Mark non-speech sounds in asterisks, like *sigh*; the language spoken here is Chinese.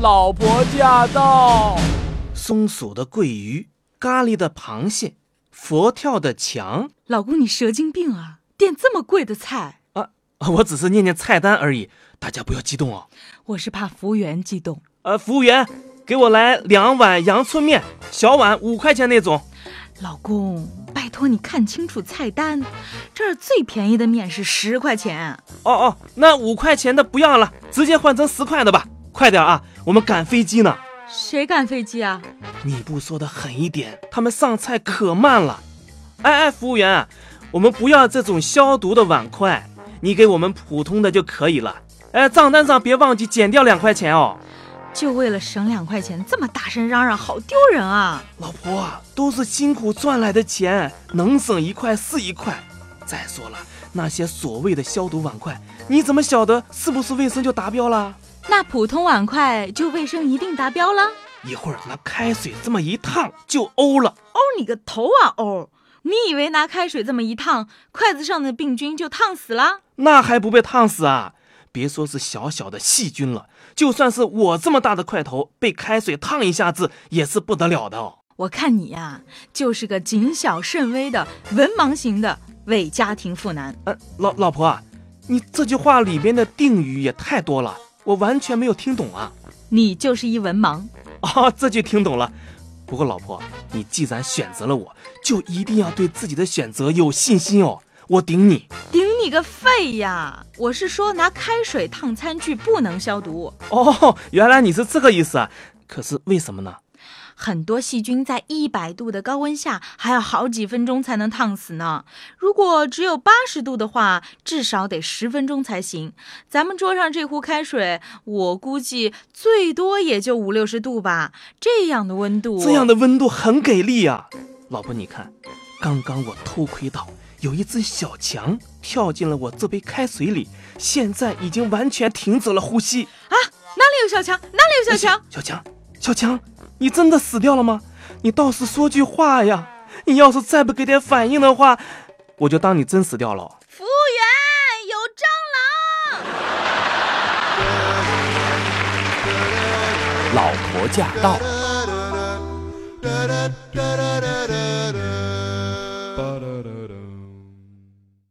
老婆驾到！松鼠的桂鱼，咖喱的螃蟹，佛跳的墙。老公，你蛇精病啊！点这么贵的菜，啊我只是念念菜单而已，大家不要激动哦。我是怕服务员激动。呃，服务员，给我来两碗阳春面，小碗五块钱那种。老公，拜托你看清楚菜单，这儿最便宜的面是十块钱。哦哦，那五块钱的不要了，直接换成十块的吧。快点啊，我们赶飞机呢。谁赶飞机啊？你不说的狠一点，他们上菜可慢了。哎哎，服务员啊，我们不要这种消毒的碗筷，你给我们普通的就可以了。哎，账单上别忘记减掉两块钱哦。就为了省两块钱，这么大声嚷嚷，好丢人啊！老婆啊，都是辛苦赚来的钱，能省一块是一块。再说了，那些所谓的消毒碗筷，你怎么晓得是不是卫生就达标了？那普通碗筷就卫生一定达标了？一会儿拿开水这么一烫就欧了。哦，你个头啊哦！你以为拿开水这么一烫，筷子上的病菌就烫死了？那还不被烫死啊？别说是小小的细菌了，就算是我这么大的块头被开水烫一下子也是不得了的哦。我看你呀、就是个谨小慎微的文盲型的伪家庭妇男。呃，老老婆啊，你这句话里边的定语也太多了，我完全没有听懂啊。 *laughs* 你就是一文盲。哦，这就听懂了。不过老婆，你既然选择了我，就一定要对自己的选择有信心哦。我顶你。顶你个肺呀！我是说拿开水烫餐具不能消毒，哦，原来你是这个意思啊。可是为什么呢？很多细菌在一百度的高温下还要好几分钟才能烫死呢。如果只有八十度的话，至少得十分钟才行。咱们桌上这壶开水，我估计最多也就五六十度吧。这样的温度，这样的温度很给力啊！老婆，你看，刚刚我偷窥到有一只小强跳进了我这杯开水里，现在已经完全停止了呼吸。哪里有小强？哪里有小强？小强，小强，你真的死掉了吗？你倒是说句话呀！你要是再不给点反应的话，我就当你真死掉了哦。服务员，有蟑螂！老婆驾到！ da da da da